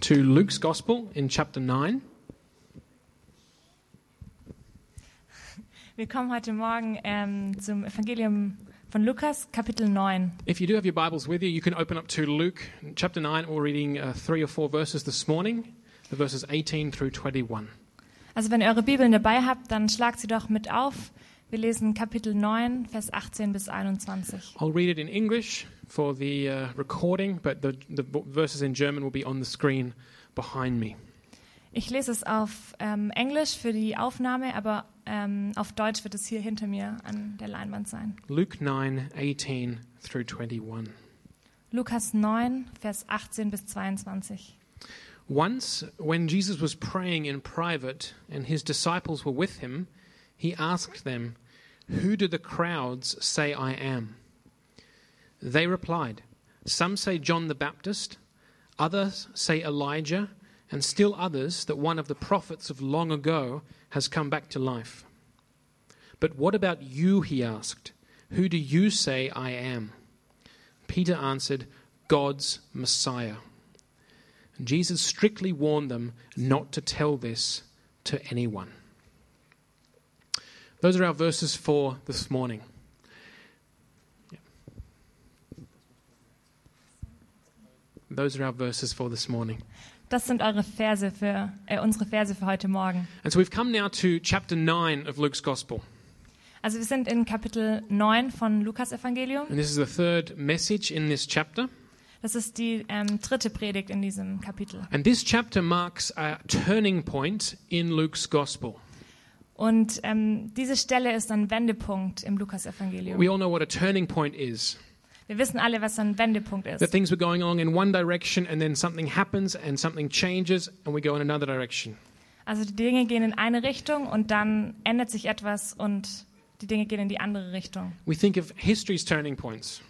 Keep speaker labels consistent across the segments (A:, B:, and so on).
A: to Luke's Gospel in chapter 9.
B: Wir kommen heute Morgen ähm, zum Evangelium von Lukas, Kapitel 9.
A: If you do have your Bibles with you, you can open up to Luke chapter 9. We're reading uh, three or four verses this morning, the verses 18 through 21.
B: Also wenn ihr eure Bibeln dabei habt, dann schlagt sie doch mit auf. Wir lesen Kapitel 9, Vers 18 bis 21.
A: I'll read it in English for the uh, recording, but the, the v- verses in German will be on the screen behind me.
B: Ich lese es auf ähm, Englisch für die Aufnahme, aber ähm, auf Deutsch wird es hier hinter mir an der Leinwand sein.
A: Luke 9 18 through 21.
B: Lukas 9, Vers 18 bis 22.
A: Once, when Jesus was praying in private and his disciples were with him, he asked them, Who do the crowds say I am? They replied, Some say John the Baptist, others say Elijah, and still others that one of the prophets of long ago has come back to life. But what about you? He asked, Who do you say I am? Peter answered, God's Messiah. And Jesus strictly warned them not to tell this to anyone. Those are our verses for this morning. Yeah. Those are our verses for this morning.
B: Das sind eure Verse für, äh, unsere Verse für heute Morgen.
A: And so we've come now to chapter 9 of Luke's Gospel.
B: Also wir sind in Kapitel 9 von Lukas Evangelium.
A: And this is the third message in this chapter.
B: Das ist die ähm, dritte Predigt in diesem Kapitel.
A: And this chapter marks a turning point in Luke's Gospel.
B: Und ähm, diese Stelle ist ein Wendepunkt im Lukas-Evangelium.
A: We all know what a turning point is.
B: Wir wissen alle, was ein Wendepunkt
A: that
B: ist.
A: things were going along in one direction and then something happens and something changes and we go in another direction.
B: Also die Dinge gehen in eine Richtung und dann ändert sich etwas und die Dinge gehen in die andere Richtung.
A: We think of history's turning points.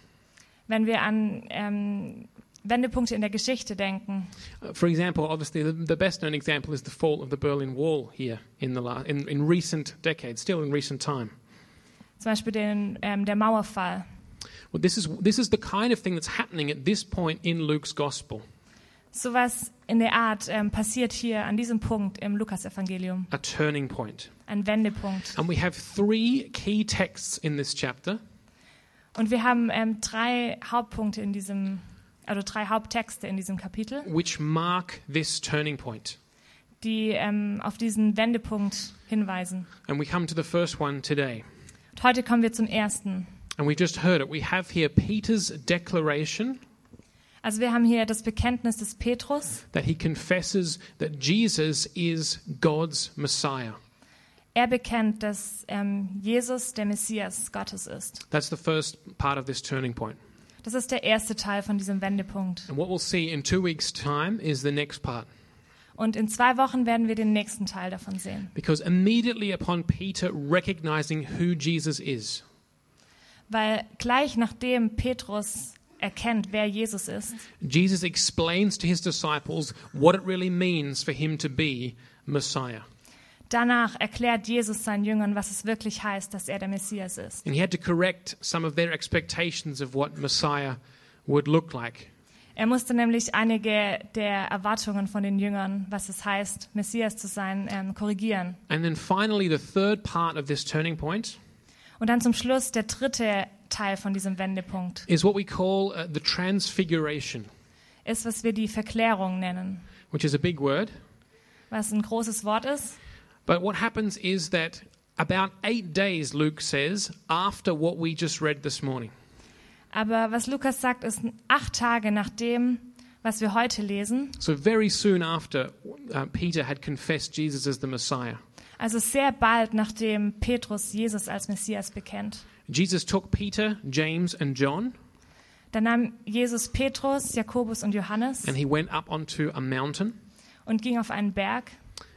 B: Wenn wir an ähm, Wendepunkte in der Geschichte denken,
A: Uh, For example, obviously, the, the best known example is the fall of the Berlin Wall here in, the la- in, in recent decades, still in recent time.
B: zum Beispiel den, ähm, der Mauerfall.
A: Well, this, is, this is the kind of thing that's happening at this point in Luke's gospel
B: Sowas in der Art ähm, passiert hier an diesem Punkt im Lukas-Evangelium.
A: a turning point.
B: Ein Wendepunkt.
A: And we have three key texts in this chapter.
B: Und wir haben ähm, drei Hauptpunkte in diesem, also drei Haupttexte in diesem Kapitel,
A: Which mark this turning point.
B: die ähm, auf diesen Wendepunkt hinweisen.
A: And we come to the first one today.
B: Und heute kommen wir zum ersten.
A: And we just heard it. We have here Peter's declaration
B: Also wir haben hier das Bekenntnis des Petrus.
A: that he confesses that Jesus is God's Messiah.
B: Er bekennt, dass ähm, Jesus der Messias Gottes ist.
A: That's the first part of this turning point.
B: Das ist der erste Teil von diesem Wendepunkt.
A: And what we'll see in two weeks' time is the next part.
B: Und in zwei Wochen werden wir den nächsten Teil davon sehen.
A: Because immediately upon Peter recognizing who Jesus is,
B: Weil gleich nachdem Petrus erkennt, wer Jesus ist,
A: Jesus explains to his disciples what it really means for him to be Messiah.
B: danach erklärt Jesus seinen Jüngern, was es wirklich heißt, dass er der Messias ist.
A: And he had to correct some of their expectations of what Messiah would look like.
B: Er musste nämlich einige der Erwartungen von den Jüngern, was es heißt, Messias zu sein, ähm, korrigieren.
A: And then finally, the third part of this turning point
B: Und dann zum Schluss der dritte Teil von diesem Wendepunkt
A: is what we call uh, the transfiguration,
B: ist, was wir die Verklärung nennen,
A: which is a big word.
B: was ein großes Wort ist.
A: But what happens is that about eight days, Luke says, after what we just read this morning.
B: Aber was Lukas sagt, ist acht Tage nach dem, was wir heute lesen,
A: So very soon after uh, Peter had confessed Jesus as the Messiah,
B: also sehr bald nachdem Petrus Jesus als Messias bekennt.
A: Jesus took Peter, James, and John,
B: Dann nahm Jesus Petrus, Jakobus und Johannes
A: and he went up onto a mountain.
B: und ging auf einen Berg.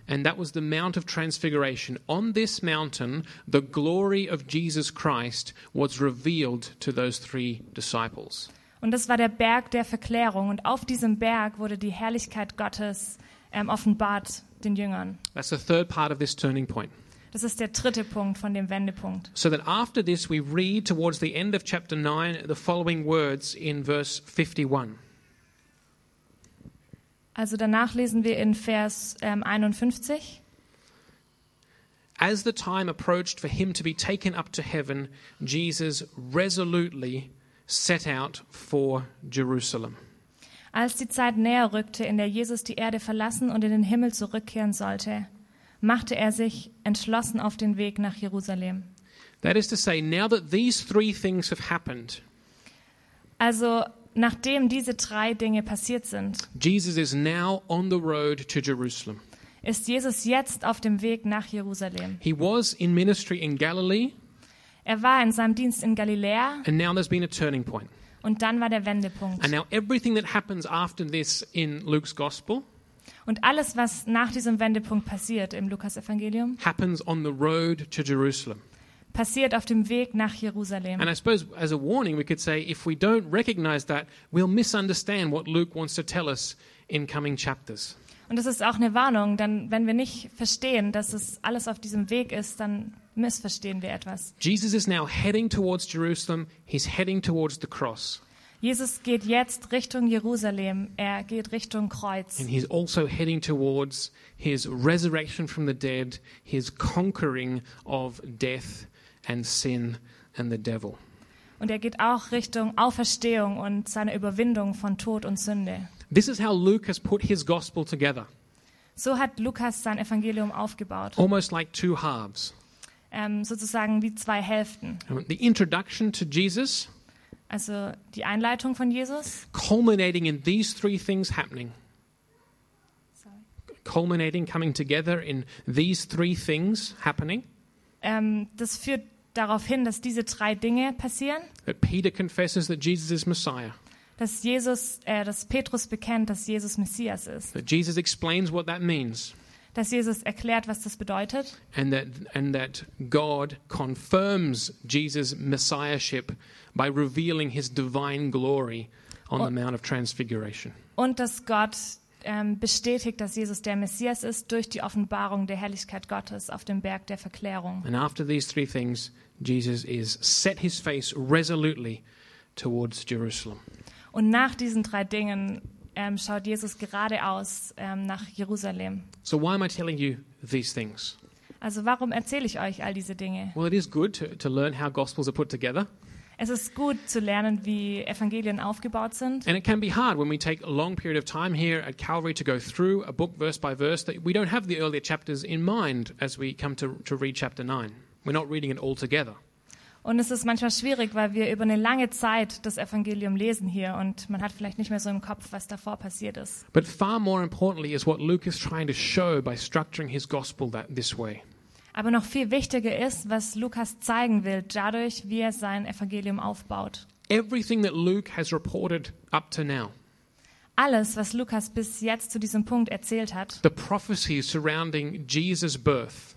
A: And that was the Mount of Transfiguration. On this mountain, the glory of Jesus Christ was revealed to those three disciples.
B: Und das war der Berg der Verklärung. Und auf diesem Berg wurde die Herrlichkeit Gottes ähm, offenbart den Jüngern.
A: That's the third part of this turning point.
B: Das ist der dritte Punkt von dem Wendepunkt.
A: So that after this, we read towards the end of chapter 9 the following words in verse 51.
B: Also danach lesen wir in Vers ähm, 51.
A: As the time approached for him to be taken up to heaven, Jesus resolutely set out for Jerusalem.
B: Als die Zeit näher rückte, in der Jesus die Erde verlassen und in den Himmel zurückkehren sollte, machte er sich entschlossen auf den Weg nach Jerusalem.
A: That is to say, now that these three things have happened,
B: Also nachdem diese drei Dinge passiert sind,
A: Jesus is now on the road to Jerusalem.
B: ist Jesus jetzt auf dem Weg nach Jerusalem.
A: He was in ministry in Galilee,
B: Er war in seinem Dienst in Galiläa
A: and now there's been a turning point.
B: und dann war der Wendepunkt.
A: And now everything that happens after this in Luke's gospel
B: Und alles, was nach diesem Wendepunkt passiert im Lukasevangelium,
A: happens on the road to Jerusalem.
B: passiert auf dem Weg nach Jerusalem.
A: And I suppose, as a warning, we could say if we don't recognize that, we'll misunderstand what Luke wants to tell us in coming chapters.
B: Und das ist auch eine Warnung, denn wenn wir nicht verstehen, dass es alles auf diesem Weg ist, dann missverstehen wir etwas.
A: Jesus is now heading towards Jerusalem, he's heading towards the cross,
B: Jesus geht jetzt Richtung Jerusalem, er geht Richtung Kreuz
A: and he's also heading towards his resurrection from the dead, his conquering of death and sin and the devil.
B: und er geht auch Richtung Auferstehung und seiner Überwindung von Tod und Sünde.
A: This is how Luke has put his gospel together,
B: So hat Lukas sein Evangelium aufgebaut,
A: almost like two halves.
B: ähm, sozusagen wie zwei Hälften.
A: The introduction to Jesus,
B: Also die Einleitung von Jesus,
A: culminating in these three things happening. culminating, coming together in these three things happening
B: ähm, das führt darauf hin, dass diese drei Dinge passieren,
A: that Peter confesses that Jesus is Messiah,
B: dass Jesus, äh, dass Petrus bekennt, dass Jesus Messias ist,
A: that Jesus explains what that means,
B: dass Jesus erklärt, was das bedeutet
A: and that, and that God confirms Jesus' messiahship by revealing his divine glory on the Mount of Transfiguration.
B: und dass Gott ähm, bestätigt, dass Jesus der Messias ist durch die Offenbarung der Herrlichkeit Gottes auf dem Berg der Verklärung.
A: And after these three things, Jesus is set his face resolutely towards Jerusalem.
B: Und nach diesen drei Dingen ähm, schaut Jesus geradeaus ähm, nach Jerusalem.
A: So, why am I telling you these things?
B: Also warum erzähle ich euch all diese Dinge?
A: Well, it is good to, to learn how Gospels are put together.
B: Es ist gut zu lernen, wie Evangelien aufgebaut sind.
A: And it can be hard when we take a long period of time here at Calvary to go through a book verse by verse that we don't have the earlier chapters in mind as we come to, to read chapter 9. We're not reading it all together.
B: Und es ist manchmal schwierig, weil wir über eine lange Zeit das Evangelium lesen hier und man hat vielleicht nicht mehr so im Kopf, was davor passiert ist.
A: But far more importantly is what Luke is trying to show by structuring his gospel that, this way.
B: Aber noch viel wichtiger ist, was Lukas zeigen will, dadurch, wie er sein Evangelium aufbaut.
A: Everything that Luke has reported up to now,
B: Alles, was Lukas bis jetzt zu diesem Punkt erzählt hat,
A: the prophecies surrounding Jesus' birth,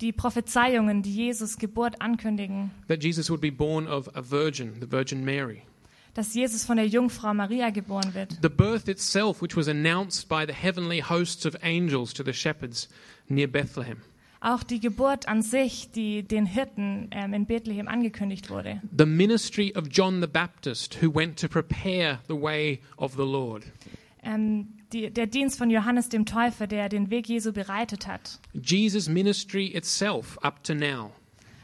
B: die Prophezeiungen, die Jesus Geburt ankündigen,
A: that Jesus would be born of a virgin, the Virgin Mary,
B: dass Jesus von der Jungfrau Maria geboren wird.
A: the birth itself, which was announced by the heavenly hosts of angels to the shepherds near Bethlehem.
B: Auch die Geburt an sich, die den Hirten ähm, in Bethlehem angekündigt wurde.
A: the ministry of John the Baptist, who went to prepare the way of the Lord.
B: Ähm, die, der Dienst von Johannes dem Täufer, der den Weg Jesu bereitet hat.
A: Jesus' ministry itself up to now,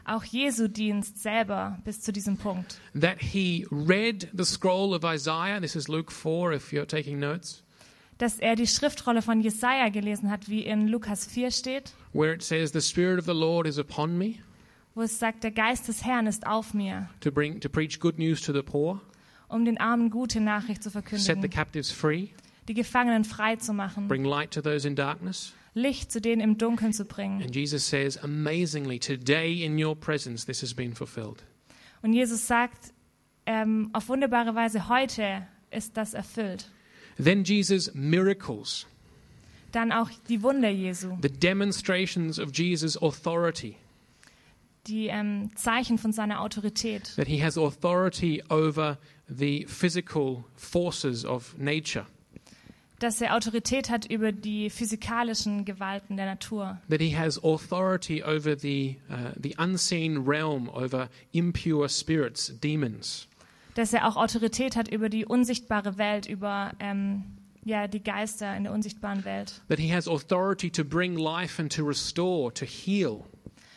B: Auch Jesu Dienst selber bis zu diesem Punkt.
A: that he read the scroll of Isaiah. This is Luke 4, if you're taking notes,
B: Dass er die Schriftrolle von Jesaja gelesen hat, wie in Lukas 4 steht,
A: where it says, The Spirit of the Lord is upon me
B: wo es sagt, der Geist des Herrn ist auf mir,
A: to, bring, to preach good news to the poor,
B: um den Armen gute Nachricht zu
A: set the
B: verkündigen,
A: captives free,
B: die Gefangenen frei zu machen,
A: bring light to those in darkness.
B: Licht zu denen im Dunkeln zu bringen.
A: And Jesus says, Amazingly, today in your presence this has been fulfilled.
B: Und Jesus sagt, ähm, auf wunderbare Weise, heute ist das erfüllt.
A: Then Jesus' miracles,
B: Dann auch die Wunder Jesu,
A: the demonstrations of Jesus' authority.
B: die ähm, Zeichen von seiner Autorität,
A: that he has authority over the physical forces of nature,
B: dass er Autorität hat über die physikalischen Gewalten der Natur,
A: that he has authority over the, uh, the unseen realm, over impure spirits, demons,
B: dass er auch Autorität hat über die unsichtbare Welt, über ähm, ja, die Geister in der unsichtbaren Welt,
A: that he has authority to bring life and to restore, to heal.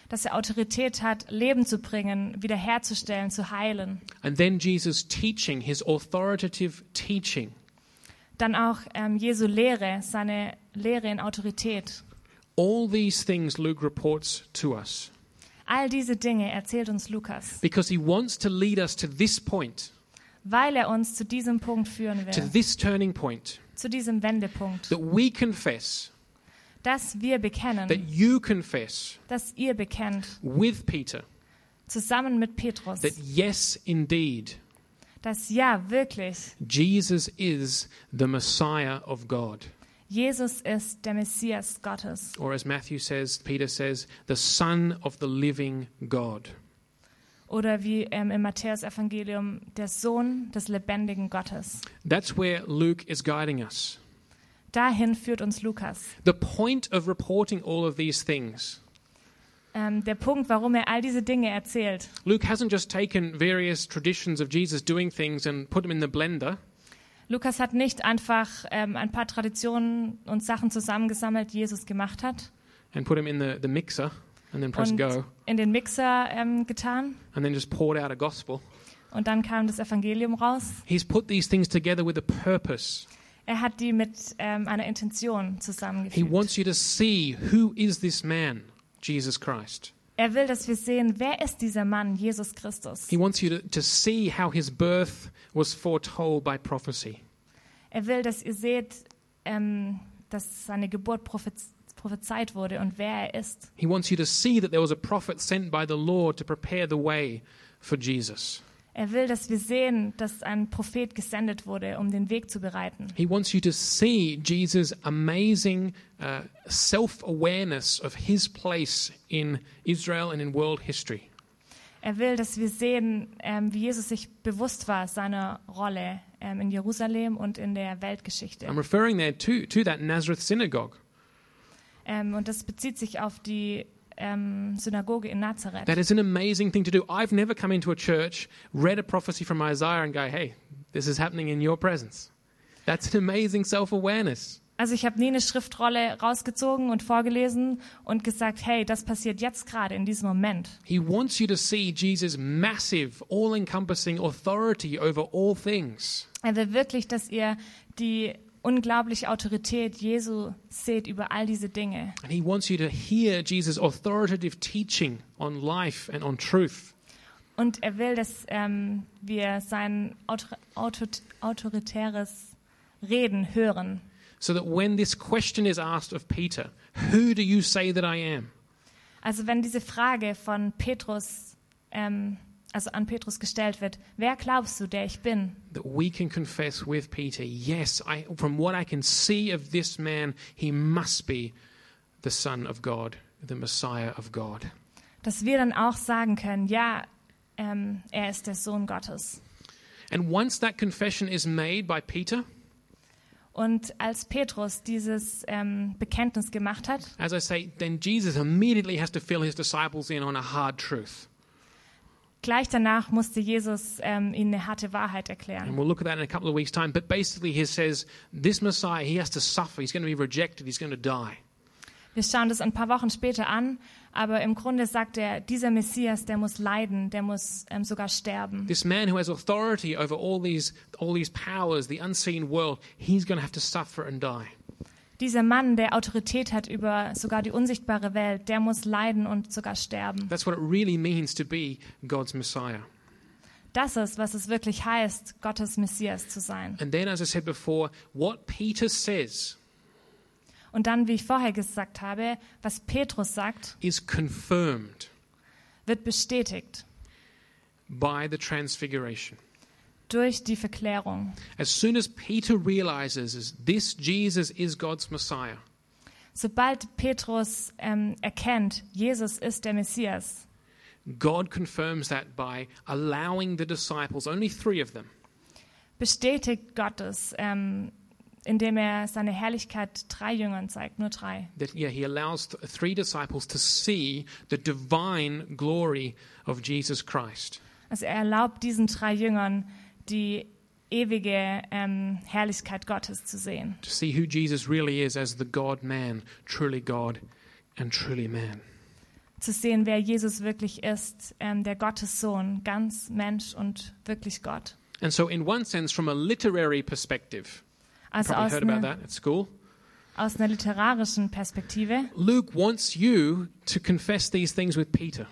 B: dass er Autorität hat, Leben zu bringen, wiederherzustellen, zu heilen.
A: And then Jesus teaching, his authoritative teaching,
B: Dann auch ähm, Jesu Lehre, seine Lehre in Autorität.
A: All these things Luke reports to us
B: All diese Dinge erzählt uns Lukas,
A: because he wants to lead us to this point,
B: weil er uns zu diesem Punkt führen
A: to
B: will,
A: this turning point,
B: zu diesem Wendepunkt,
A: that we confess,
B: dass wir
A: that
B: bekennen,
A: you confess
B: dass ihr bekennt,
A: with Peter,
B: zusammen mit Petrus,
A: that yes, indeed,
B: dass ja, wirklich,
A: Jesus is the Messiah of God.
B: Jesus ist der Messias Gottes.
A: Or as Matthew says, Peter says, the Son of the living God.
B: Oder wie ähm, im Matthäusevangelium, der Sohn des lebendigen Gottes.
A: That's where Luke is guiding us.
B: Dahin führt uns Lukas.
A: The point of reporting all of these things
B: Ähm, der Punkt, warum er all diese Dinge erzählt.
A: Luke hasn't just taken various traditions of Jesus doing things and put them in the blender.
B: Lukas hat nicht einfach ähm, ein paar Traditionen und Sachen zusammengesammelt, die Jesus gemacht hat,
A: and put them in the, the mixer and then press
B: und
A: go
B: in den Mixer ähm, getan.
A: and then just poured out a gospel.
B: Und dann kam das Evangelium raus.
A: He's put these things together with a purpose.
B: Er hat die mit ähm, einer Intention
A: He
B: zusammengefügt.
A: wants you to see who is this man, Jesus Christ.
B: Er will, dass wir sehen, wer ist dieser Mann, Jesus Christus.
A: He wants you to, to see how his birth was foretold by prophecy.
B: Er will, dass ihr seht, ähm, dass seine Geburt prophez prophezeit wurde und wer er ist.
A: He wants you to see that there was a prophet sent by the Lord to prepare the way for Jesus.
B: Er will, dass wir sehen, dass ein Prophet gesendet wurde, um den Weg zu bereiten.
A: He wants you to see Jesus' amazing uh, self awareness of his place in Israel and in world history.
B: Er will, dass wir sehen, ähm, wie Jesus sich bewusst war seiner Rolle ähm, in Jerusalem und in der
A: I'm
B: Weltgeschichte.
A: referring there to, to that Nazareth synagogue.
B: Ähm, und das bezieht sich auf die ähm, Synagoge in Nazareth.
A: That is an amazing thing to do. I've never come into a church, read a prophecy from Isaiah, and go, hey, this is happening in your presence. That's an amazing self awareness.
B: Also ich habe nie eine Schriftrolle rausgezogen und vorgelesen und gesagt, hey, das passiert jetzt gerade in diesem Moment.
A: He wants you to see Jesus' massive, all encompassing authority over all things.
B: Er will wirklich, dass ihr die unglaubliche Autorität Jesu seht über all diese Dinge.
A: And he wants you to hear Jesus' authoritative teaching on life and on truth.
B: Und er will, dass ähm, wir sein autor autor autoritäres Reden hören.
A: So that when this question is asked of Peter, who do you say that I am?
B: Also wenn diese Frage von Petrus, ähm, also an Petrus gestellt wird, wer glaubst du, der ich bin?
A: that we can confess with Peter, yes, I, from what I can see of this man, he must be the Son of God, the Messiah of God.
B: Dass wir dann auch sagen können, ja, ähm, er ist der Sohn Gottes.
A: And once that confession is made by Peter,
B: Und als Petrus dieses ähm, Bekenntnis gemacht hat,
A: as I say, then Jesus immediately has to fill his disciples in on a hard truth.
B: gleich danach musste Jesus ähm, ihnen eine harte Wahrheit
A: And
B: erklären.
A: we'll look at that in a couple of weeks' time. But basically, he says, this Messiah, he has to suffer. He's going to be rejected. He's going to die.
B: Wir schauen das ein paar Wochen später an, aber im Grunde sagt er, dieser Messias, der muss leiden, der muss ähm, sogar sterben.
A: This man who has authority over all these, all these powers, the unseen world, he's going to have to suffer and die.
B: Dieser Mann, der Autorität hat über sogar die unsichtbare Welt, der muss leiden und sogar sterben.
A: That's what it really means to be God's Messiah.
B: Das ist, was es wirklich heißt, Gottes Messias zu sein.
A: And then, as I said before, what Peter says
B: Und dann, wie ich vorher gesagt habe, was Petrus sagt,
A: is confirmed
B: wird bestätigt
A: by the transfiguration.
B: durch die Verklärung.
A: As soon as Peter realizes is this Jesus is God's Messiah,
B: Sobald Petrus ähm, erkennt, Jesus ist der Messias,
A: God confirms that by allowing the disciples, only three of them,
B: bestätigt Gott es, ähm, indem er seine Herrlichkeit drei Jüngern zeigt, nur drei.
A: that yeah, he allows th- three disciples to see the divine glory of Jesus Christ.
B: Also er erlaubt diesen drei Jüngern die ewige ähm, Herrlichkeit Gottes zu sehen.
A: to see who Jesus really is as the God man, truly God and truly man.
B: Zu sehen, wer Jesus wirklich ist, ähm, der Gottes Sohn, ganz Mensch und wirklich Gott.
A: And so, in one sense, from a literary perspective, you
B: Also
A: probably
B: aus
A: heard about
B: einer,
A: that at school.
B: aus einer literarischen Perspektive
A: Luke wants you to confess these things with Peter.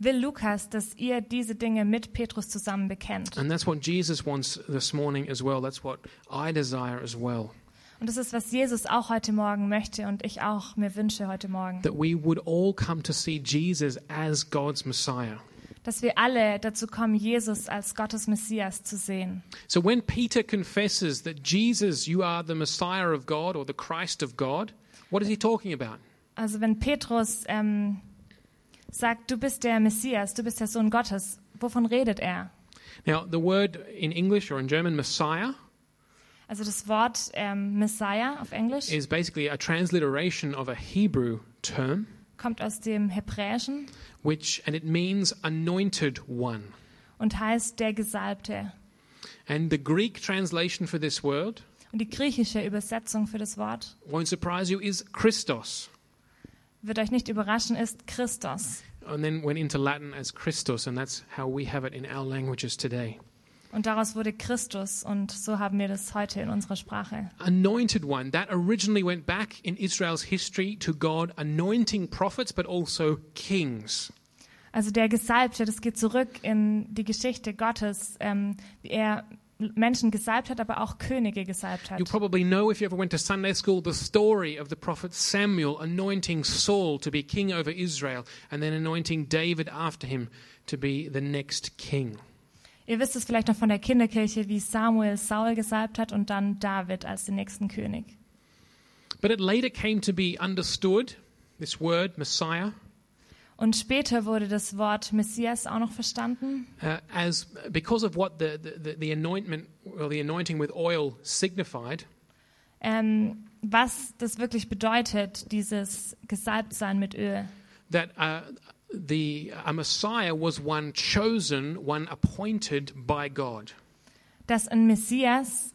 B: will Lukas, dass ihr diese Dinge mit Petrus zusammen bekennt.
A: And that's what Jesus wants this morning as well. That's what I desire as well.
B: Und das ist, was Jesus auch heute Morgen möchte und ich auch mir wünsche heute Morgen.
A: That we would all come to see Jesus as God's Messiah.
B: Dass wir alle dazu kommen, Jesus als Gottes Messias zu sehen.
A: So when Peter confesses that Jesus, you are the Messiah of God or the Christ of God, what is he talking about?
B: Also wenn Petrus ähm, sagt, du bist der Messias, du bist der Sohn Gottes, wovon redet er?
A: Now, the word in English or in German, Messiah,
B: Also das Wort ähm, Messiah auf Englisch
A: is basically a transliteration of a Hebrew term,
B: kommt aus dem Hebräischen
A: which, and it means anointed one.
B: und heißt der Gesalbte.
A: And the Greek translation for this word,
B: Und die griechische Übersetzung für das Wort,
A: won't surprise you, is Christos.
B: wird euch nicht überraschen, ist Christus.
A: And then went into Latin as Christos, and that's how we have it in our languages today.
B: Und daraus wurde Christus und so haben wir das heute in unserer Sprache.
A: Anointed one, that originally went back in Israel's history to God anointing prophets, but also kings.
B: Also der Gesalbte, das geht zurück in die Geschichte Gottes, ähm, wie er Menschen gesalbt hat, aber auch Könige gesalbt hat.
A: You probably know, if you ever went to Sunday school, the story of the prophet Samuel anointing Saul to be king over Israel and then anointing David after him to be the next king.
B: Ihr wisst es vielleicht noch von der Kinderkirche, wie Samuel Saul gesalbt hat und dann David als den nächsten König.
A: But it later came to be understood, this word, Messiah,
B: Und später wurde das Wort Messias auch noch verstanden,
A: uh, as because of what the, the, the, the anointment or the anointing with oil signified,
B: ähm, was das wirklich bedeutet, dieses Gesalbtsein mit Öl.
A: that uh, the a Messiah was one chosen, one appointed by God.
B: Dass ein Messias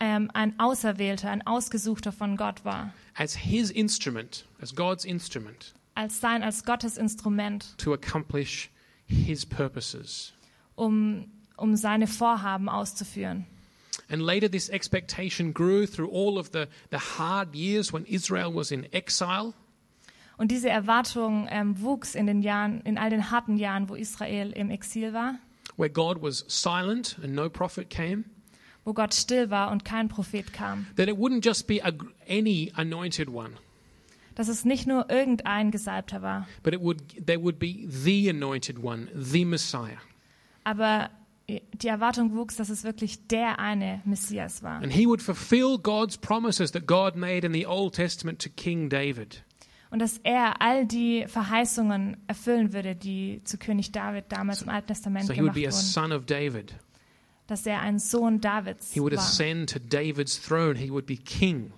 B: ähm, ein Auserwählter, ein Ausgesuchter von Gott war,
A: As his instrument, as God's instrument,
B: als sein, als Gottes Instrument,
A: to accomplish his purposes.
B: um, um seine Vorhaben auszuführen.
A: And later, this expectation grew through all of the, the hard years when Israel was in exile,
B: Und diese Erwartung ähm, wuchs in den Jahren, in all den harten Jahren, wo Israel im Exil war.
A: where God was silent and no prophet came.
B: wo Gott still war und kein Prophet kam.
A: That it wouldn't just be a, any anointed one,
B: Dass es nicht nur irgendein Gesalbter war,
A: but it would, there would be the anointed one, the Messiah.
B: aber die Erwartung wuchs, dass es wirklich der eine Messias war.
A: And he would fulfill God's promises that God made in the Old Testament to King David.
B: Und dass er all die Verheißungen erfüllen würde, die zu König David damals im Alten Testament
A: So he would
B: gemacht
A: be a
B: wurden.
A: son of David.
B: Dass er ein Sohn Davids
A: He would
B: war.
A: ascend to David's throne. He would be king.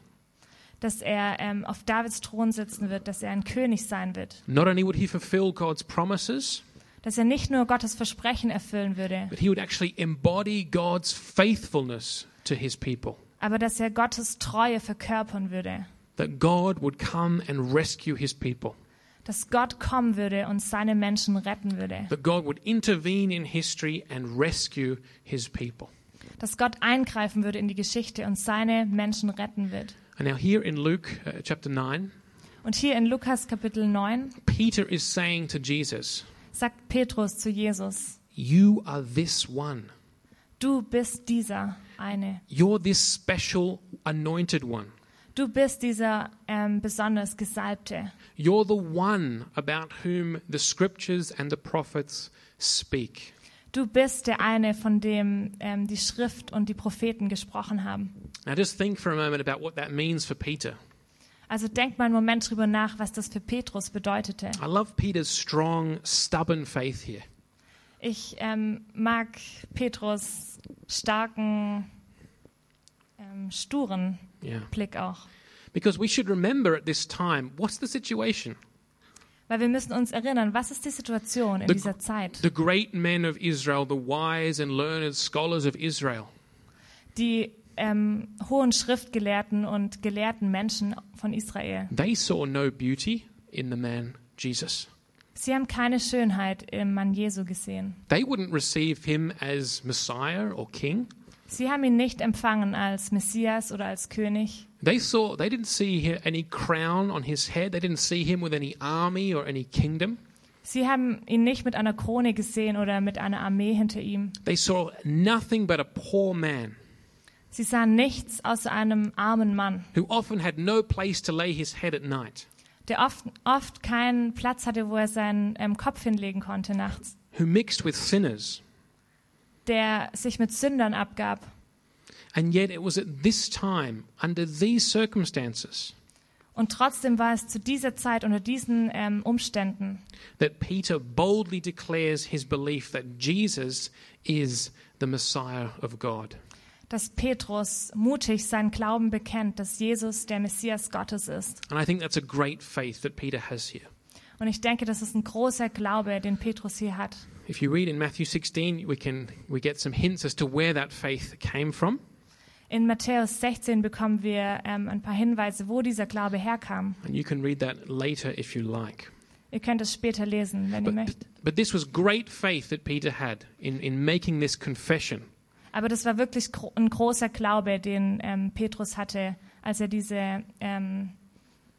B: Dass er ähm, auf Davids Thron sitzen wird, dass er ein König sein wird.
A: Not only would he fulfill God's promises,
B: Dass er nicht nur Gottes Versprechen erfüllen würde,
A: but he would actually embody God's faithfulness to his people.
B: aber dass er Gottes Treue verkörpern würde.
A: That God would come and rescue his people.
B: dass Gott kommen würde und seine Menschen retten würde,
A: That God would intervene in history and rescue his people.
B: dass Gott eingreifen würde in die Geschichte und seine Menschen retten wird.
A: And now, here in Luke uh, chapter 9,
B: Und hier in Lukas Kapitel 9
A: Peter is saying to Jesus,
B: sagt Petrus zu Jesus,
A: You are this one.
B: du bist dieser eine,
A: You're this special anointed one.
B: du bist dieser ähm, besonders Gesalbte,
A: You're the one about whom the scriptures and the prophets speak.
B: du bist der eine, von dem ähm, die Schrift und die Propheten gesprochen haben.
A: Now, just think for a moment about what that means for Peter.
B: Also denkt mal einen Moment drüber nach, was das für Petrus bedeutete.
A: I love Peter's strong, stubborn faith here.
B: Ich ähm, mag Petrus starken, ähm, sturen
A: Yeah.
B: Blick auch.
A: Because we should remember at this time what's the situation?
B: Weil wir müssen uns erinnern, was ist die Situation in
A: The-
B: dieser Zeit?
A: The great men of Israel, the wise and learned scholars of Israel,
B: die ähm, hohen Schriftgelehrten und gelehrten Menschen von Israel.
A: They saw no beauty in the man Jesus.
B: Sie haben keine Schönheit im Mann Jesu gesehen.
A: They wouldn't receive him as Messiah or king.
B: Sie haben ihn nicht empfangen als Messias oder als König.
A: They saw they didn't see he- any crown on his head. They didn't see him with any army or any kingdom.
B: Sie haben ihn nicht mit einer Krone gesehen oder mit einer Armee hinter ihm.
A: They saw nothing but a poor man
B: Sie sahen nichts außer einem armen Mann,
A: who often had no place to lay his head at night,
B: der oft, oft keinen Platz hatte, wo er seinen ähm, Kopf hinlegen konnte nachts,
A: who mixed with sinners.
B: der sich mit Sündern abgab.
A: And yet it was at this time, under these circumstances,
B: Und trotzdem war es zu dieser Zeit unter diesen ähm, Umständen,
A: that Peter boldly declares his belief that Jesus is the Messiah of God.
B: dass Petrus mutig seinen Glauben bekennt, dass Jesus der Messias Gottes ist.
A: And I think that's a great faith that Peter has here.
B: Und ich denke, das ist ein großer Glaube, den Petrus hier hat.
A: If you read in Matthew 16, we can we get some hints as to where that faith came from.
B: In Matthäus 16 bekommen wir ähm, ein paar Hinweise, wo dieser Glaube herkam.
A: And you can read that later if you like.
B: Ihr könnt es später lesen, wenn ihr
A: But,
B: möchtet.
A: but this was great faith that Peter had in, in making this confession.
B: Aber das war wirklich gro ein großer Glaube, den ähm, Petrus hatte, als er diese, ähm,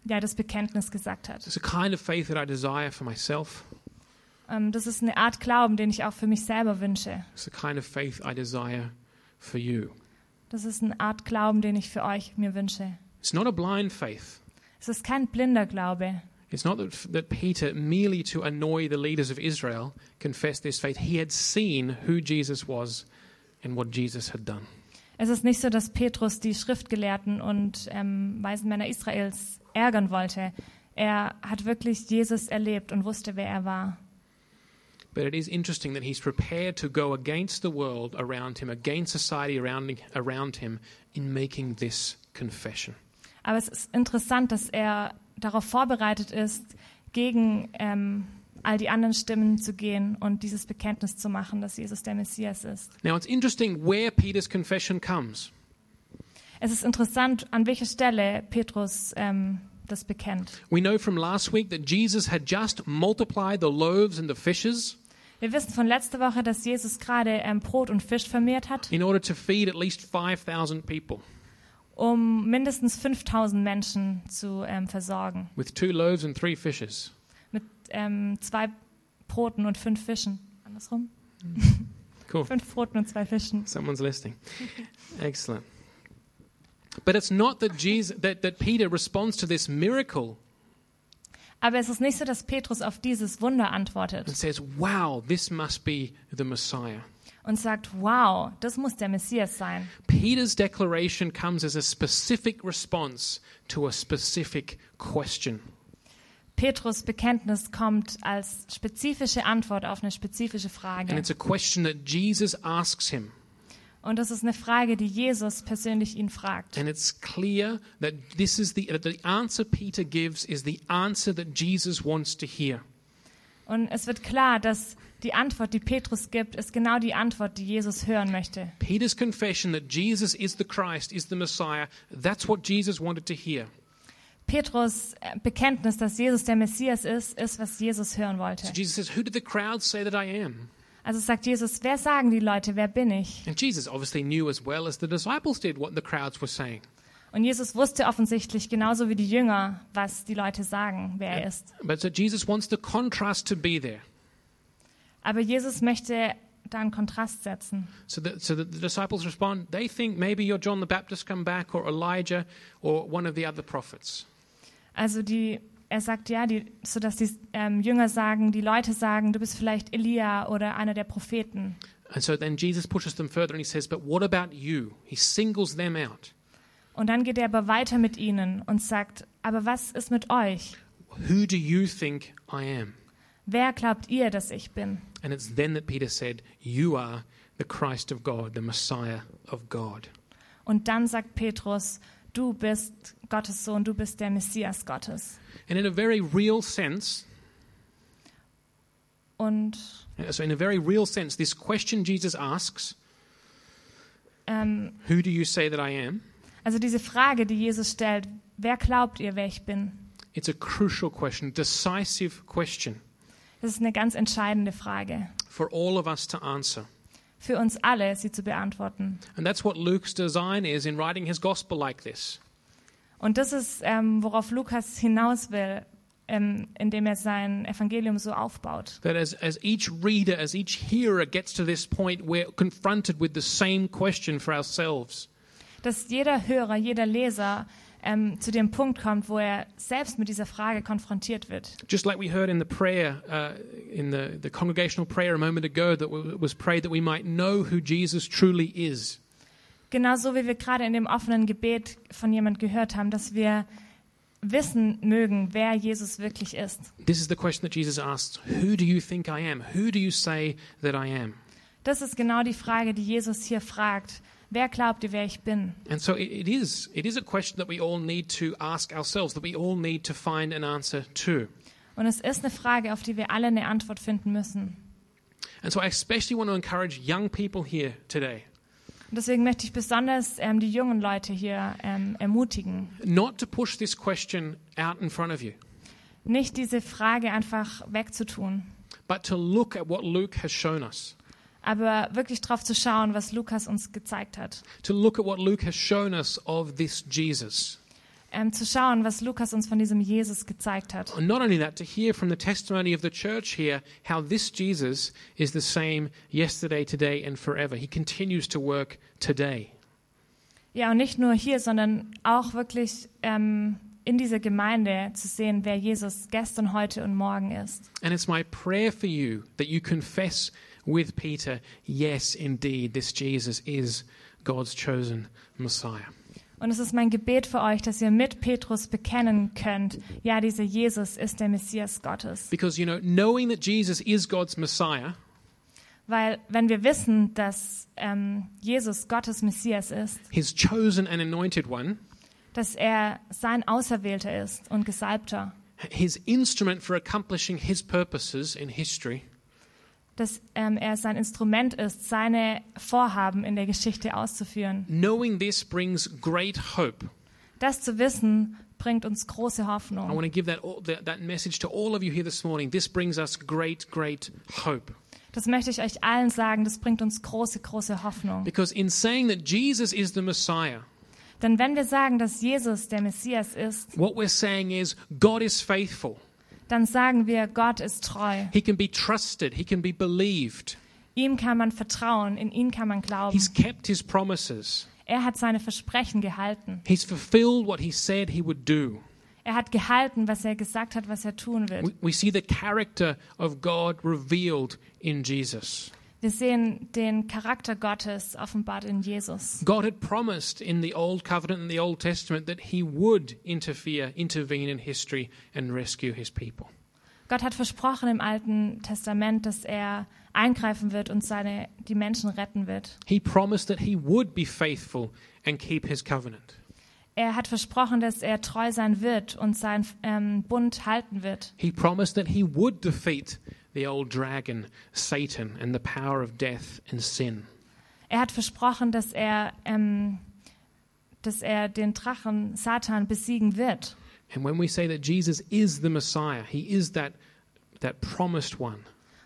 B: ja, das Bekenntnis gesagt hat.
A: It's a kind of faith that I desire for myself.
B: Ähm, das ist eine Art Glauben, den ich auch für mich selber wünsche.
A: It's the kind of faith I desire for you.
B: Das ist eine Art Glauben, den ich für euch mir wünsche.
A: It's not a blind faith.
B: Es ist kein blinder Glaube.
A: It's not that, that Peter, merely to annoy the leaders of Israel, confessed this faith. He had seen who Jesus was and what Jesus had done.
B: Es ist nicht so, dass Petrus die Schriftgelehrten und ähm, weisen Männer Israels ärgern wollte. Er hat wirklich Jesus erlebt und wusste, wer er war.
A: But it is interesting that he's prepared to go against the world around him, against society around, around him, in making this confession.
B: Aber es ist interessant, dass er darauf vorbereitet ist, gegen ähm, all die anderen Stimmen zu gehen und dieses Bekenntnis zu machen, dass Jesus der Messias ist.
A: Now, it's interesting where Peter's confession comes.
B: Es ist interessant, an welcher Stelle Petrus ähm, das bekennt.
A: We know from last week that Jesus had just multiplied the loaves and the fishes
B: Wir wissen von letzter Woche, dass Jesus gerade ähm, Brot und Fisch vermehrt hat,
A: in order to feed at least 5,000 people.
B: um mindestens 5000 Menschen zu ähm, versorgen.
A: With two loaves and three fishes.
B: Mit ähm, zwei Broten und fünf Fischen. Andersrum?
A: Cool.
B: Fünf Broten und zwei Fischen.
A: Someone's listening. Excellent. But it's not that, Jesus, that, that Peter responds to this miracle
B: Aber es ist nicht so, dass Petrus auf dieses Wunder antwortet.
A: and says, Wow, this must be the Messiah.
B: und sagt, wow, das muss der Messias sein.
A: Peter's declaration comes as a specific response to a specific question.
B: Petrus Bekenntnis kommt als spezifische Antwort auf eine spezifische
A: And
B: Frage.
A: it's a question that Jesus asks him.
B: Und das ist eine Frage, die Jesus persönlich ihn fragt.
A: And it's clear that this is the, that the answer Peter gives is the answer that Jesus wants to hear.
B: Und es wird klar, dass die Antwort, die Petrus gibt, ist genau die Antwort, die Jesus hören möchte.
A: Peter's confession that Jesus is the Christ, is the Messiah, that's what Jesus wanted to hear.
B: Petrus äh, Bekenntnis, dass Jesus der Messias ist, ist, was Jesus hören
A: So
B: wollte.
A: Jesus says, Who did the crowd say that I am?
B: Also sagt Jesus, wer sagen die Leute, wer bin ich?
A: And Jesus obviously knew as well as the disciples did what the crowds were saying.
B: Und Jesus wusste offensichtlich genauso wie die Jünger, was die Leute sagen, wer er ist.
A: But so Jesus wants the contrast to be there.
B: Aber Jesus möchte da einen Kontrast setzen.
A: So that, so that the disciples respond, they think maybe you're John the Baptist come back or Elijah or one of the other prophets.
B: Also die, er sagt ja, die, sodass die ähm, Jünger sagen, die Leute sagen, du bist vielleicht Elia oder einer der Propheten.
A: And so then Jesus pushes them further and he says, But what about you? He singles them out.
B: Und dann geht er aber weiter mit ihnen und sagt, aber was ist mit euch?
A: Who do you think I am?
B: Wer glaubt ihr, dass ich bin?
A: And it's then that Peter said, You are the Christ of God, the Messiah of God.
B: Und dann sagt Petrus, du bist Gottes Sohn, du bist der Messias Gottes.
A: And in a very real sense,
B: Und
A: so in a very real sense, this question Jesus asks
B: ähm,
A: Who do you say that I am?
B: also diese Frage, die Jesus stellt, wer glaubt ihr, wer ich bin?
A: It's a crucial question, decisive question
B: Das ist eine ganz entscheidende Frage
A: for all of us to answer.
B: für uns alle, sie zu beantworten.
A: And that's what Luke's design is in writing his gospel like this.
B: Und das ist, ähm, worauf Lukas hinaus will, ähm, indem er sein Evangelium so aufbaut.
A: That as, as each reader, as each hearer gets to this point, we're confronted with the same question for ourselves.
B: Dass jeder Hörer, jeder Leser ähm, zu dem Punkt kommt, wo er selbst mit dieser Frage konfrontiert wird.
A: Just like we heard in the prayer, uh, in the, the congregational prayer a moment ago, that w- was prayed that we might know who Jesus truly is.
B: Genauso wie wir gerade in dem offenen Gebet von jemand gehört haben, dass wir wissen mögen, wer Jesus wirklich ist.
A: This is the question that Jesus asks Who do you think I am? Who do you say that I am?
B: Das ist genau die Frage, die Jesus hier fragt. Wer glaubt ihr, wer ich bin?
A: And so it, it is it is a question that we all need to ask ourselves, that we all need to find an answer to.
B: Und es ist eine Frage, auf die wir alle eine Antwort finden müssen.
A: And so I especially want to encourage young people here today
B: Und deswegen möchte ich besonders ähm, die jungen Leute hier ähm, ermutigen,
A: not to push this question out in front of you,
B: nicht diese Frage einfach wegzutun,
A: but to look at what Luke has shown us,
B: aber wirklich drauf zu schauen, was Lukas uns gezeigt hat.
A: to look at what Luke has shown us of this Jesus.
B: Ähm, zu schauen, was Lukas uns von diesem Jesus gezeigt hat.
A: And not only that, to hear from the testimony of the church here how this Jesus is the same yesterday, today, and forever. He continues to work today.
B: Ja, und nicht nur hier, sondern auch wirklich ähm, in dieser Gemeinde zu sehen, wer Jesus gestern, heute und morgen ist.
A: And it's my prayer for you that you confess with Peter, yes, indeed, this Jesus is God's chosen Messiah.
B: Und es ist mein Gebet für euch, dass ihr mit Petrus bekennen könnt, ja, dieser Jesus ist der Messias Gottes.
A: Because, you know, knowing that Jesus is God's Messiah
B: Weil wenn wir wissen, dass ähm, Jesus Gottes Messias ist,
A: his chosen and anointed one,
B: dass er sein Auserwählter ist und Gesalbter,
A: his instrument for accomplishing his purposes in history,
B: dass ähm, er sein Instrument ist, seine Vorhaben in der Geschichte auszuführen.
A: knowing this brings great hope.
B: Das zu wissen, bringt uns große Hoffnung.
A: I want to give that, all- that, that message to all of you here this morning. This brings us great, great hope.
B: Das möchte ich euch allen sagen, das bringt uns große, große Hoffnung.
A: Because in saying that Jesus is the Messiah,
B: Denn wenn wir sagen, dass Jesus der Messias ist,
A: what we're saying is God is faithful.
B: dann sagen wir, Gott ist treu.
A: He can be trusted. He can be believed.
B: Ihm kann man vertrauen, in ihn kann man glauben.
A: He's kept his promises.
B: Er hat seine Versprechen gehalten.
A: He's fulfilled what he said he would do.
B: Er hat gehalten, was er gesagt hat, was er tun wird.
A: We, we see the character of God revealed in Jesus.
B: Wir sehen den Charakter Gottes offenbart in Jesus.
A: God had promised in the Old Covenant and the Old Testament that he would interfere, intervene in history, and rescue his people.
B: Gott hat versprochen im Alten Testament, dass er eingreifen wird und seine, die Menschen retten wird.
A: He promised that he would be faithful and keep his covenant.
B: Er hat versprochen, dass er treu sein wird und seinen ähm, Bund halten wird.
A: He promised that he would defeat the old dragon, Satan, and the power of death and sin.
B: Er hat versprochen, dass er, ähm, dass er den Drachen Satan besiegen wird.
A: And when we say that Jesus is the Messiah, he is that, that promised one,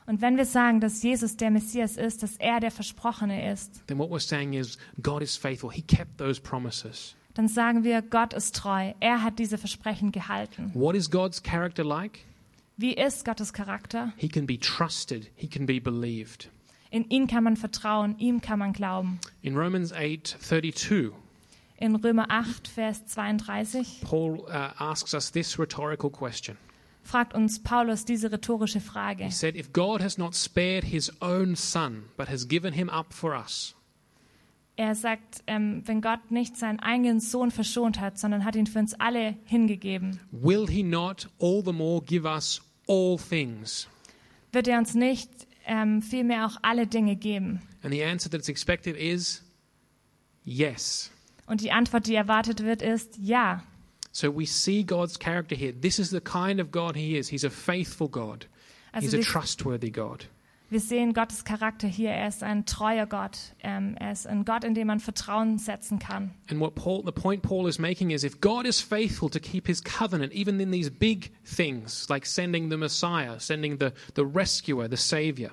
B: Und wenn wir sagen, dass Jesus der Messias ist, dass er der Versprochene ist,
A: then what we're saying is God is faithful. He kept those promises.
B: dann sagen wir, Gott ist treu. Er hat diese Versprechen gehalten.
A: What is God's character like?
B: Wie ist Gottes Charakter?
A: He can be trusted, he can be believed.
B: In ihn kann man vertrauen, ihm kann man glauben.
A: In Romans 8:32,
B: In Römer 8, Vers 32
A: Paul uh, asks us this rhetorical question.
B: fragt uns Paulus diese rhetorische Frage.
A: He said, If God has not spared his own son, but has given him up for us,
B: Er sagt, ähm, wenn Gott nicht seinen eigenen Sohn verschont hat, sondern hat ihn für uns alle hingegeben,
A: will he not all the more give us all things?
B: wird er uns nicht ähm, vielmehr auch alle Dinge geben?
A: And the answer that's expected is yes.
B: Und die Antwort, die erwartet wird, ist ja.
A: So we see God's character here. This is the kind of God he is. He's a faithful God,
B: Also
A: he's a
B: wir,
A: trustworthy God.
B: Wir sehen Gottes Charakter hier. Er ist ein treuer Gott. Ähm, er ist ein Gott, in dem man Vertrauen setzen kann.
A: And what Paul, the point Paul is making is if God is faithful to keep his covenant, even in these big things, like sending the Messiah, sending the, the rescuer, the Savior,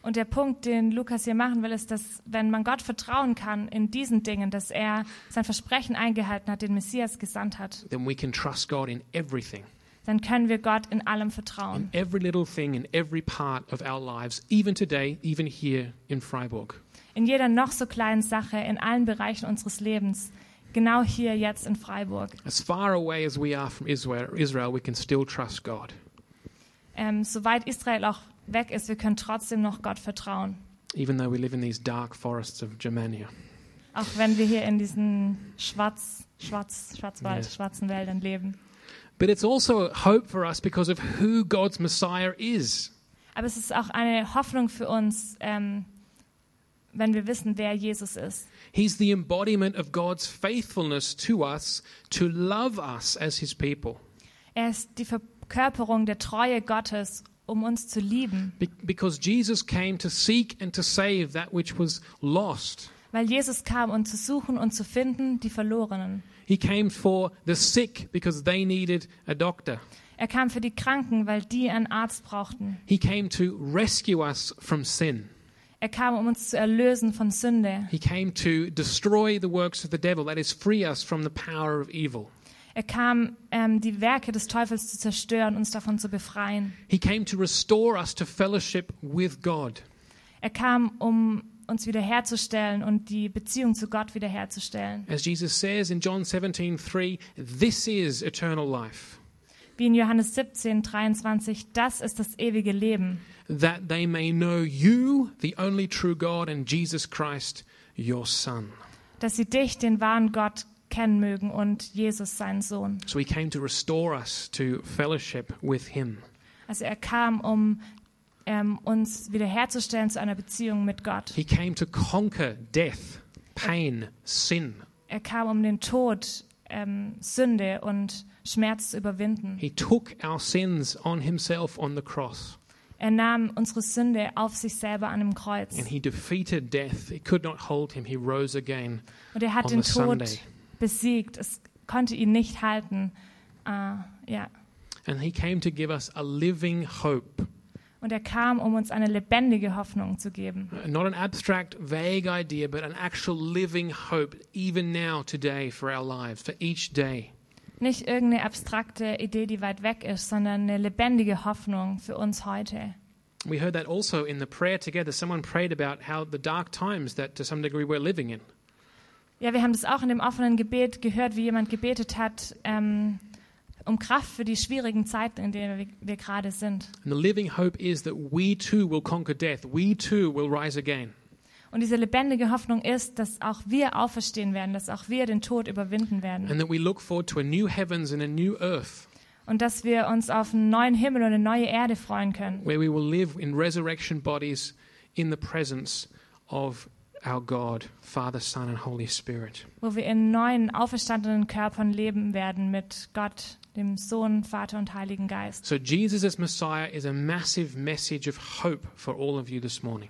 B: Und der Punkt, den Lukas hier machen will, ist, dass wenn man Gott vertrauen kann in diesen Dingen, dass er sein Versprechen eingehalten hat, den Messias gesandt hat,
A: then we can trust God in everything,
B: dann können wir Gott in allem vertrauen.
A: in every little thing, in every part of our lives, even today, even here in Freiburg.
B: In jeder noch so kleinen Sache, in allen Bereichen unseres Lebens. Genau hier jetzt in Freiburg.
A: As far away as we are from Israel, Israel we can still trust God.
B: Ähm, soweit Israel auch weg ist, wir können trotzdem noch Gott vertrauen.
A: even though we live in these dark forests of Germania.
B: Auch wenn wir hier in diesen schwarz, schwarz, schwarzwald,
A: Ja.
B: schwarzen Wäldern leben.
A: But it's also hope for us because of who God's Messiah is.
B: Aber es ist auch eine Hoffnung für uns, ähm, wenn wir wissen, wer Jesus ist.
A: He's the embodiment of God's faithfulness to us to love us as his people.
B: Er ist die Verkörperung der Treue Gottes, um uns zu lieben.
A: Be- because Jesus came to seek and to save that which was lost.
B: Weil Jesus kam, um zu suchen und zu finden, die Verlorenen.
A: He came for the sick because they needed a doctor.
B: Er kam für die Kranken, weil die einen Arzt brauchten.
A: He came to rescue us from sin.
B: Er kam, um uns zu erlösen von Sünde.
A: He came to destroy the works of the devil, that is, free us from the power of evil.
B: Er kam, ähm, die Werke des Teufels zu zerstören, uns davon zu befreien.
A: He came to restore us to fellowship with God.
B: Er kam, um uns wiederherzustellen und die Beziehung zu Gott wiederherzustellen.
A: As Jesus says in John 17, 3, this is eternal life,
B: Wie in Johannes 17, 23, das ist das ewige Leben,
A: that they may know you, the only true God, and Jesus Christ, your Son.
B: dass sie dich, den wahren Gott, kennen mögen und Jesus, seinen Sohn.
A: So he came to restore us to fellowship with him.
B: Also er kam, um ähm, uns wiederherzustellen zu einer Beziehung mit Gott.
A: He came to conquer death, pain, sin.
B: Er kam, um den Tod, ähm, Sünde und Schmerz zu überwinden.
A: He took our sins on himself on the cross,
B: Er nahm unsere Sünde auf sich selber an dem Kreuz.
A: and he defeated death. It could not hold him. He rose again
B: Und er hat
A: on
B: den
A: the
B: Tod
A: Sunday.
B: besiegt. Es konnte ihn nicht halten. Ah, ja.
A: And he came to give us a living hope,
B: Und er kam, um uns eine lebendige Hoffnung zu geben.
A: not an abstract, vague idea, but an actual living hope, even now, today, for our lives, for each day.
B: Nicht irgendeine abstrakte Idee, die weit weg ist, sondern eine lebendige Hoffnung für uns heute.
A: We heard that also in the prayer together. Someone prayed about how the dark times that, to some degree, we're living in.
B: Ja, wir haben das auch in dem offenen Gebet gehört, wie jemand gebetet hat, ähm, um Kraft für die schwierigen Zeiten, in denen wir, wir gerade sind.
A: And the living hope is that we too will conquer death, we too will rise again.
B: Und diese lebendige Hoffnung ist, dass auch wir auferstehen werden, dass auch wir den Tod überwinden werden.
A: And that we look forward to a new heavens and a new earth
B: Und dass wir uns auf einen neuen Himmel und eine neue Erde freuen können,
A: where we will live in resurrection bodies in the presence of our God, Father, Son, and Holy Spirit.
B: wo wir in neuen, auferstandenen Körpern leben werden mit Gott, dem Sohn, Vater und Heiligen Geist.
A: So, Jesus as Messiah is a massive message of hope for all of you this morning.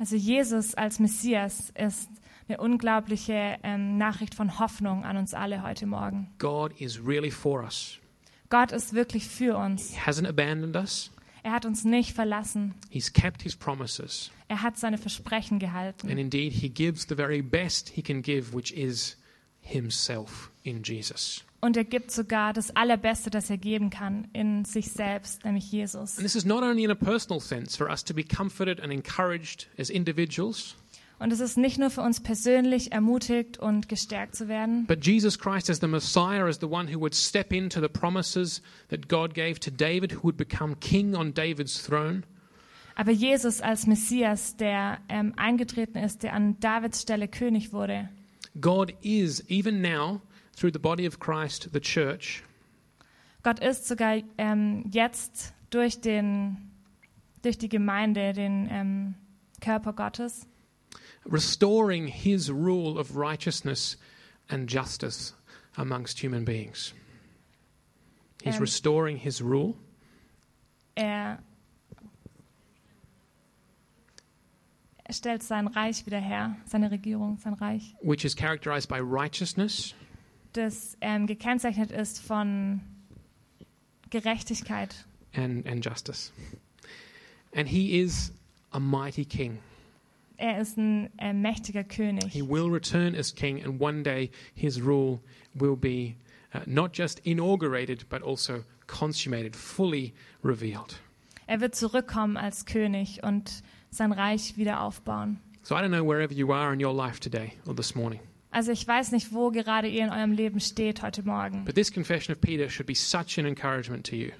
B: Also Jesus als Messias ist eine unglaubliche ähm, Nachricht von Hoffnung an uns alle heute Morgen.
A: God is really for us.
B: Gott ist wirklich für
A: He
B: uns.
A: hasn't abandoned us,
B: Er hat uns nicht verlassen.
A: He's kept His promises.
B: Er hat seine Versprechen gehalten.
A: And indeed, He gives the very best He can give, which is Himself in Jesus.
B: Und er gibt sogar das Allerbeste, das er geben kann, in sich selbst, nämlich Jesus.
A: And this is not only in a personal sense for us to be comforted and encouraged as individuals,
B: Und es ist nicht nur für uns persönlich ermutigt und gestärkt zu werden,
A: but Jesus Christ as the Messiah, as the one who would step into the promises that God gave to David, who would become king on David's throne.
B: aber Jesus als Messias, der ähm, eingetreten ist, der an Davids Stelle König wurde.
A: God is, even now, through the body of Christ, the church,
B: Gott ist sogar ähm, jetzt durch, den, durch die Gemeinde, den ähm, Körper Gottes,
A: restoring his rule of righteousness and justice amongst human beings. He's
B: Um,
A: restoring his rule
B: er Er stellt sein Reich wieder her, seine Regierung, sein Reich,
A: which is characterized by righteousness,
B: das ähm, gekennzeichnet ist von Gerechtigkeit
A: and, and justice. And he is a mighty king.
B: Er ist ein äh, mächtiger
A: He
B: König.
A: will return as king, and one day his rule will be uh, not just inaugurated, but also consummated, fully revealed.
B: Er wird zurückkommen als König und sein Reich wieder aufbauen.
A: So I don't know wherever you are in your life today or this morning,
B: Also ich weiß nicht, wo gerade ihr in eurem Leben steht heute Morgen,
A: but this confession of Peter should be such an encouragement to you.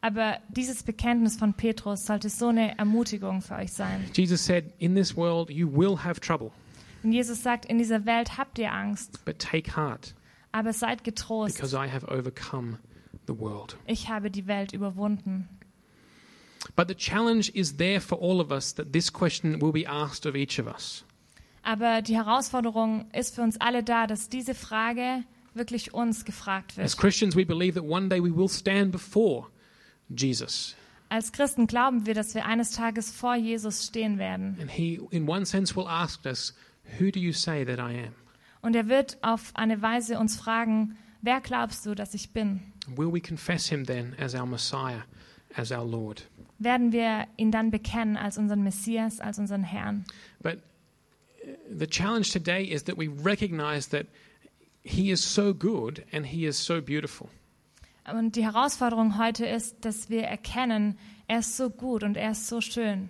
B: aber dieses Bekenntnis von Petrus sollte so eine Ermutigung für euch sein.
A: Jesus said, In this world you will have trouble,
B: Denn Jesus sagt, in dieser Welt habt ihr Angst,
A: but take heart,
B: aber seid getrost,
A: because I have overcome the world.
B: ich habe die Welt überwunden.
A: But the challenge is there for all of us that this question will be asked of each of us.
B: Aber die Herausforderung ist für uns alle da, dass diese Frage wirklich uns gefragt
A: As
B: wird.
A: Christians, we believe that one day we will stand before Jesus,
B: Als Christen glauben wir, dass wir eines Tages vor Jesus stehen werden.
A: and he, in one sense, will ask us, Who do you say that I am?
B: Und er wird auf eine Weise uns fragen, wer glaubst du, dass ich bin?
A: Will we confess him then as our Messiah, as our Lord?
B: Werden wir ihn dann bekennen als unseren Messias, als unseren Herrn?
A: But uh, the challenge today is that we recognize that He is so good and He is so beautiful.
B: Und die Herausforderung heute ist, dass wir erkennen, er ist so gut und er ist so schön.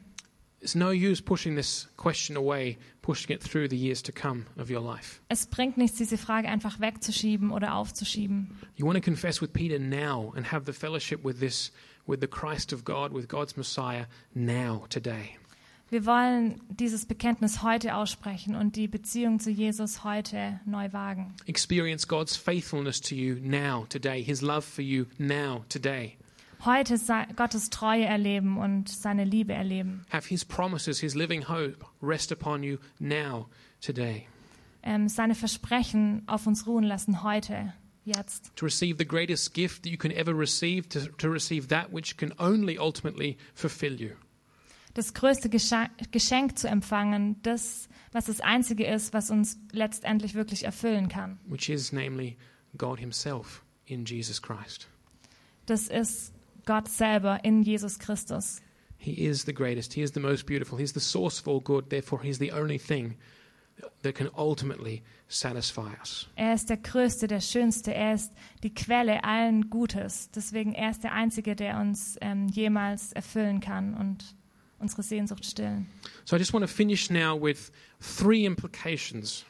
A: It's no use pushing this question away, pushing it through the years to come of your life.
B: Es bringt nichts, diese Frage einfach wegzuschieben oder aufzuschieben.
A: You want to confess with Peter now and have the fellowship with this, with the Christ of God, with God's Messiah now, today.
B: Wir wollen dieses Bekenntnis heute aussprechen und die Beziehung zu Jesus heute neu wagen.
A: Experience God's faithfulness to you now, today, His love for you now, today.
B: Heute sei- Gottes Treue erleben und seine Liebe erleben.
A: Have His promises, His living hope rest upon you now, today.
B: Ähm, seine Versprechen auf uns ruhen lassen heute, jetzt.
A: to receive the greatest gift that you can ever receive, to, to receive that which can only ultimately fulfill you.
B: Das größte Gescha- Geschenk zu empfangen, das, was das Einzige ist, was uns letztendlich wirklich erfüllen kann.
A: which is namely God Himself in Jesus Christ.
B: Das ist Gott selber in Jesus Christus.
A: He is the greatest, He is the most beautiful, He's the source of all good, therefore, He's the only thing that can ultimately satisfy us.
B: Er ist der Größte, der Schönste, er ist die Quelle allen Gutes. Deswegen er ist der Einzige, der uns ähm, jemals erfüllen kann und unsere Sehnsucht stillen.
A: So I just want to finish now with three implications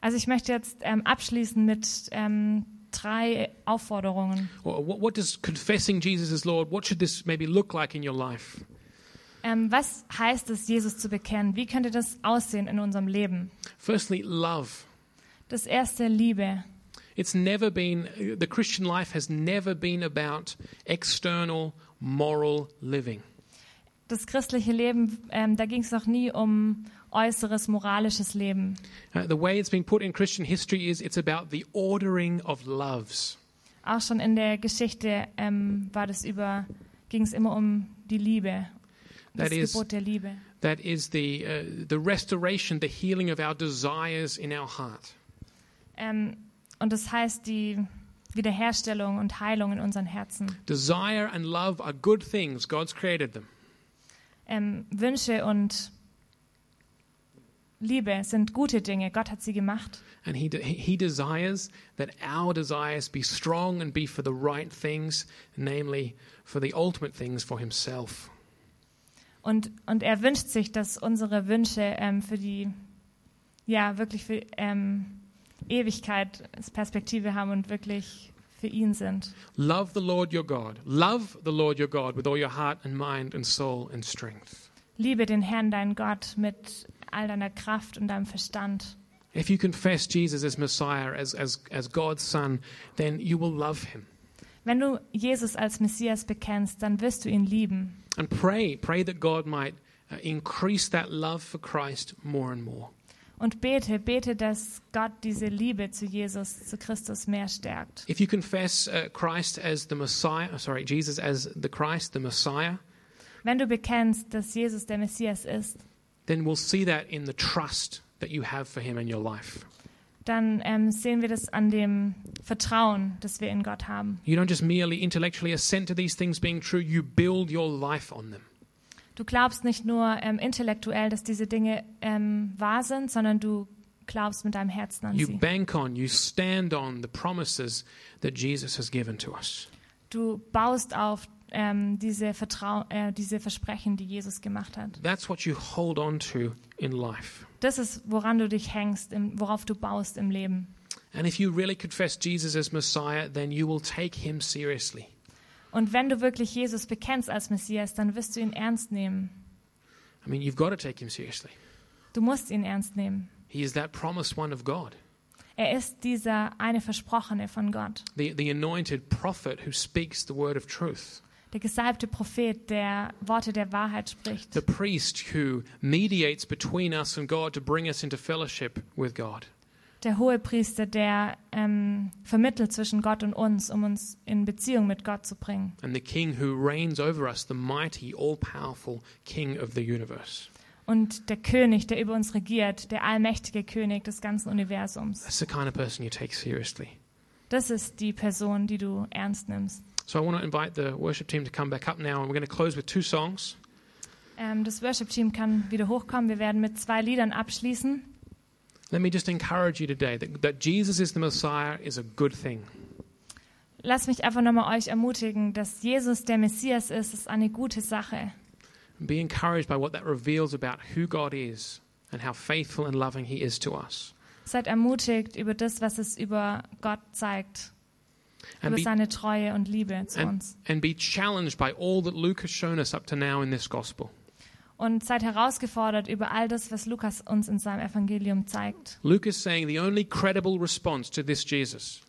B: Also ich möchte jetzt ähm, abschließen mit ähm, drei Aufforderungen.
A: or what, what does confessing Jesus as Lord, what should this maybe look like in your life?
B: Ähm, was heißt es, Jesus zu bekennen? Wie könnte das aussehen in unserem Leben?
A: Firstly, love.
B: Das erste Liebe.
A: It's never been, the Christian life has never been about external moral living.
B: Das christliche Leben, ähm, da ging es noch nie um äußeres moralisches Leben.
A: Uh, the way it's been put in Christian history is it's about the ordering of loves.
B: Auch schon in der Geschichte ähm, war das über, ging es immer um die Liebe, um das
A: That is-
B: Gebot der Liebe.
A: That is the, uh, the restoration, the healing of our desires in our heart.
B: Ähm, und das heißt die Wiederherstellung und Heilung in unseren Herzen.
A: Desire and love are good things, God's created them.
B: Ähm, Wünsche und Liebe sind gute Dinge. Gott hat sie gemacht.
A: And he, de- he desires that our desires be strong and be for the right things, namely for the ultimate things for Himself.
B: Und, und er wünscht sich, dass unsere Wünsche ähm, für die, ja, wirklich für ähm, Ewigkeit Perspektive haben und wirklich für ihn sind.
A: Love the Lord your God. Love the Lord your God with all your heart and mind and soul and strength.
B: Liebe den Herrn, deinen Gott, mit all deiner Kraft und deinem Verstand.
A: If you confess Jesus as Messiah, as, as, as God's Son, then you will love him.
B: Wenn du Jesus als Messias bekennst, dann wirst du ihn lieben.
A: And pray, pray that God might uh, increase that love for Christ more and more.
B: Und bete, bete, dass Gott diese Liebe zu Jesus, zu Christus mehr stärkt.
A: If you confess uh, Christ as the Messiah, uh, sorry, Jesus as the Christ, the Messiah,
B: Wenn du bekennst, dass Jesus der Messias ist,
A: then we'll see that in the trust that you have for Him in your life.
B: dann ähm, sehen wir das an dem Vertrauen, das wir in Gott haben.
A: You don't just merely intellectually assent to these things being true, you build your life on them.
B: Du glaubst nicht nur ähm, intellektuell, dass diese Dinge ähm, wahr sind, sondern du glaubst mit deinem Herzen an
A: You
B: sie.
A: bank on, you stand on the promises that Jesus has given to us.
B: Du baust auf ähm, diese, Vertrau äh, diese Versprechen, die Jesus gemacht hat.
A: That's what you hold on to in life.
B: Das ist, woran du dich hängst, im, worauf du baust im Leben.
A: And if you really confess Jesus as Messiah, then you will take him seriously.
B: Und wenn du wirklich Jesus bekennst als Messias, dann wirst du ihn ernst nehmen.
A: I mean, you've got to take him seriously.
B: Du musst ihn ernst nehmen.
A: He is that promised one of God,
B: Er ist dieser eine Versprochene von Gott.
A: the, the anointed prophet who speaks the word of truth,
B: Der gesalbte Prophet, der Worte der Wahrheit spricht.
A: the priest who mediates between us and God to bring us into fellowship with God.
B: Der Hohepriester, der ähm, vermittelt zwischen Gott und uns, um uns in Beziehung mit Gott zu bringen.
A: and the King who reigns over us, the mighty, all powerful King of the universe.
B: Und der König, der über uns regiert, der allmächtige König des ganzen Universums.
A: That's the kind of person you take seriously.
B: Das ist die Person, die du ernst nimmst.
A: So I want to invite the worship team to come back up now, and we're going to close with two songs.
B: Ähm, das Worship-Team kann wieder hochkommen. Wir werden mit zwei Liedern abschließen.
A: Let me just encourage you today that, that Jesus is the Messiah is a good thing.
B: Lasst mich einfach nochmal euch ermutigen, dass Jesus der Messias ist, ist eine gute Sache.
A: Be encouraged by what that reveals about who God is and how faithful and loving He is to us.
B: Seid ermutigt über das, was es über Gott zeigt,
A: And
B: über
A: be,
B: seine Treue und Liebe zu
A: and,
B: uns.
A: and be challenged by all that Luke has shown us up to now in this gospel.
B: Und seid herausgefordert über all das, was Lukas uns in seinem Evangelium zeigt.
A: Luke is saying the only credible response to this Jesus,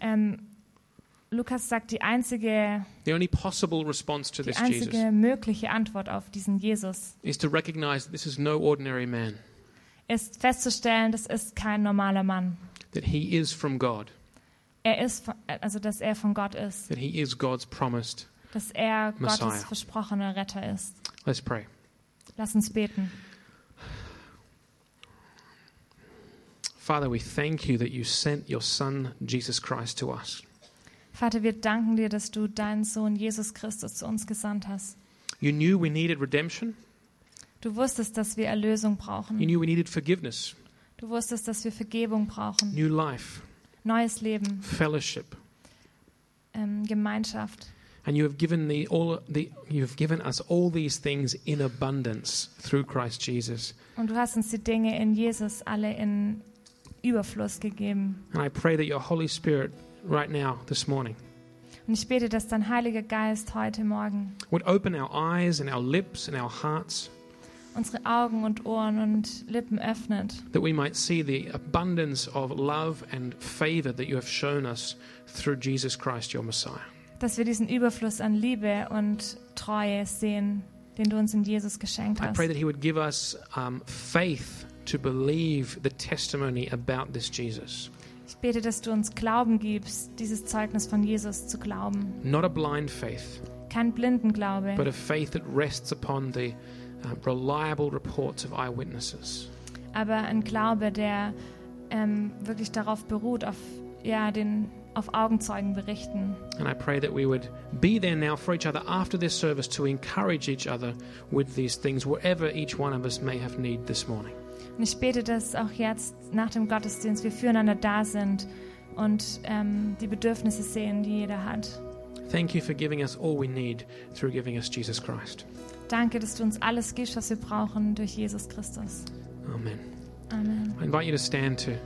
B: Ähm, Lukas sagt, die einzige,
A: the only possible response to
B: die
A: this Jesus,
B: einzige mögliche Antwort auf diesen Jesus
A: is to recognize that this is no ordinary man,
B: ist festzustellen, das ist kein normaler Mann.
A: that he is from God,
B: Er ist, von, also dass er von Gott ist,
A: that he is God's promised.
B: dass er
A: Messiah.
B: Gottes versprochener Retter ist.
A: Let's pray.
B: Lass uns beten.
A: Father, we thank you that you sent your Son, Jesus Christ, to us.
B: Vater, wir danken dir, dass du deinen Sohn Jesus Christus zu uns gesandt hast.
A: You knew we needed redemption,
B: Du wusstest, dass wir Erlösung
A: you
B: brauchen.
A: knew we needed forgiveness,
B: Du wusstest, dass wir Vergebung brauchen,
A: new life,
B: neues Leben,
A: fellowship.
B: ähm, Gemeinschaft.
A: And you have given the all the you have given us all these things in abundance through Christ Jesus.
B: Und du hast uns die Dinge in Jesus alle in Überfluss gegeben.
A: And I pray that your Holy Spirit right now, this morning,
B: Und ich bete, dass dein Heiliger Geist heute Morgen
A: would open our eyes and our lips and our hearts
B: unsere Augen und Ohren und Lippen öffnet,
A: that we might see the abundance of love and favor that you have shown us through Jesus Christ, your Messiah.
B: dass wir diesen Überfluss an Liebe und Treue sehen, den du uns in Jesus geschenkt
A: I
B: hast.
A: pray that He would give us um, faith to believe the testimony about this Jesus,
B: Ich bete, dass du uns Glauben gibst, dieses Zeugnis von Jesus zu glauben.
A: not a blind faith,
B: Kein blinden Glaube,
A: but a faith that rests upon the uh, reliable reports of eyewitnesses.
B: aber ein Glaube, der ähm, wirklich darauf beruht, auf, ja, den, auf Augenzeugenberichten.
A: And I pray that we would be there now for each other after this service to encourage each other with these things, wherever each one of us may have need this morning.
B: Und ich bete, dass auch jetzt nach dem Gottesdienst wir füreinander da sind und ähm, die Bedürfnisse sehen, die jeder hat.
A: Thank you for giving us all we need through giving us Jesus Christ.
B: Danke, dass du uns alles gibst, was wir brauchen durch Jesus Christus.
A: Amen.
B: Amen.
A: I invite you to stand to